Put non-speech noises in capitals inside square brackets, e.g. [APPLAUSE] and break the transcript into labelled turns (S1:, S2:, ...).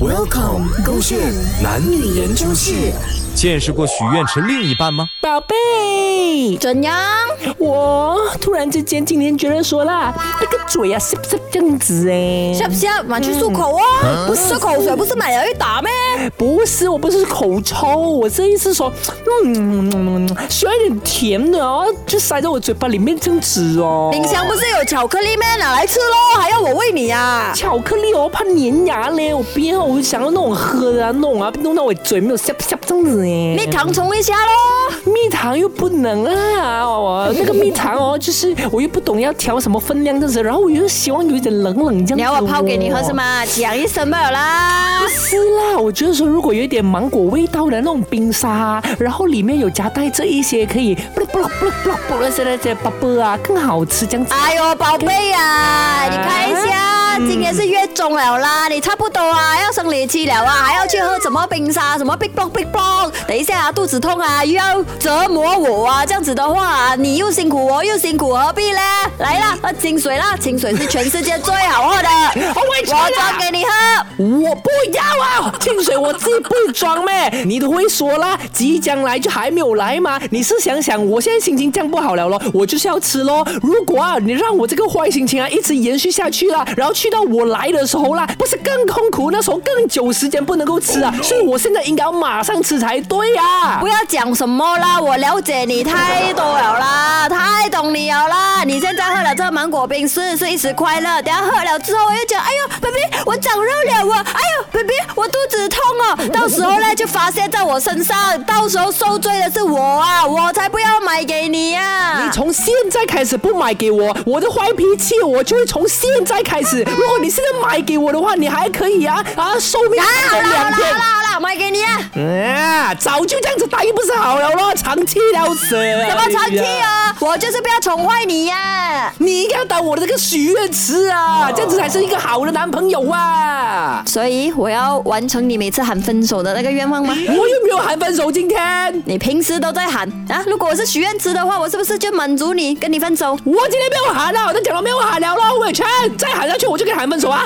S1: Welcome，勾线男女研究室。
S2: 见识过许愿池另一半吗？
S3: 宝贝，
S4: 怎样？
S3: 我突然之间今天觉得说啦，那个嘴啊是不是这样子哎？
S4: 下不下马去漱口哦？不是漱口水，不是买了一打咩？
S3: 哎不是，我不是口臭，我这意思说，嗯，喜欢一点甜的哦，就塞在我嘴巴里面这样子哦。
S4: 冰箱不是有巧克力咩？拿来吃喽，还要我喂你啊？
S3: 巧克力哦，我怕粘牙嘞，我不要，我想要那种喝的啊，弄啊，弄到我嘴没有下下这样子哎。
S4: 蜜糖冲一下喽。
S3: 蜜糖又不能啊，我那个蜜糖哦，就是我又不懂要调什么分量这样子，然后我又希望有一点冷冷这样子、哦
S4: 你要我泡给你喝是？吗？讲一声罢了啦。
S3: 是啦，我觉得说如果有一点芒果味道的那种冰沙，然后里面有夹带这一些可以不不不不不那些那些巴布啊，更好吃这样子。哎
S4: 哎呦，宝贝呀、你看一下，今年是月中了啦，你差不多啊，要生理期了啊，还要去喝什么冰沙，什么 Big Bang Big Bang，等一下、啊、肚子痛啊，又要折磨我啊，这样子的话、啊，你又辛苦我又辛苦，何必呢？来啦，喝清水啦，清水是全世界最好喝的，
S3: [LAUGHS] 我会
S4: 我
S3: 装啊
S4: 装给你喝。
S3: 我不要啊！清水我自己不会装咩，你都会说啦，即将来就还没有来嘛。你是想想，我现在心情这样不好了咯，我就是要吃咯。如果啊，你让我这个坏心情啊一直延续下去啦，然后去到我来的时候啦，不是更痛苦，那时候更久时间不能够吃啊，所以我现在应该要马上吃才对呀、啊
S4: 不。要讲什么啦，我了解你太多了啦，太懂你了啦。你现在喝了这个芒果冰是是一时快乐，等下喝了之后我又觉得，哎呦，baby，我长肉了我，哎呦，baby，我肚子痛哦。到时候呢就发泄在我身上，到时候受罪的是我啊，我才不要买给你啊
S3: 你。从现在开始不买给我，我的坏脾气我就会从现在开始。
S4: 啊
S3: 如果你现在买给我的话，你还可以啊
S4: [LAUGHS]
S3: 啊，寿命
S4: 啊，
S3: 还
S4: 好
S3: 有
S4: 啦好
S3: 两
S4: 啦
S3: 天
S4: 好。啦好啦，买给你啊。
S3: 啊，早就这样子答应不是好了咯，长期了死。
S4: 什
S3: 怎
S4: 么长期？啊？我就是不要宠坏你呀、
S3: 你应该要当我的这个许愿池
S4: 哦
S3: 啊，这样子才是一个好的男朋友啊。
S4: 所以我要完成你每次喊分手的那个愿望吗？
S3: 我又没有喊分手，今天
S4: 你平时都在喊啊！如果我是许愿池的话，我是不是就满足你，跟你分手？
S3: 我今天没有喊了，我都讲了没有喊了咯，伟权，再喊下去我就跟你喊分手啊。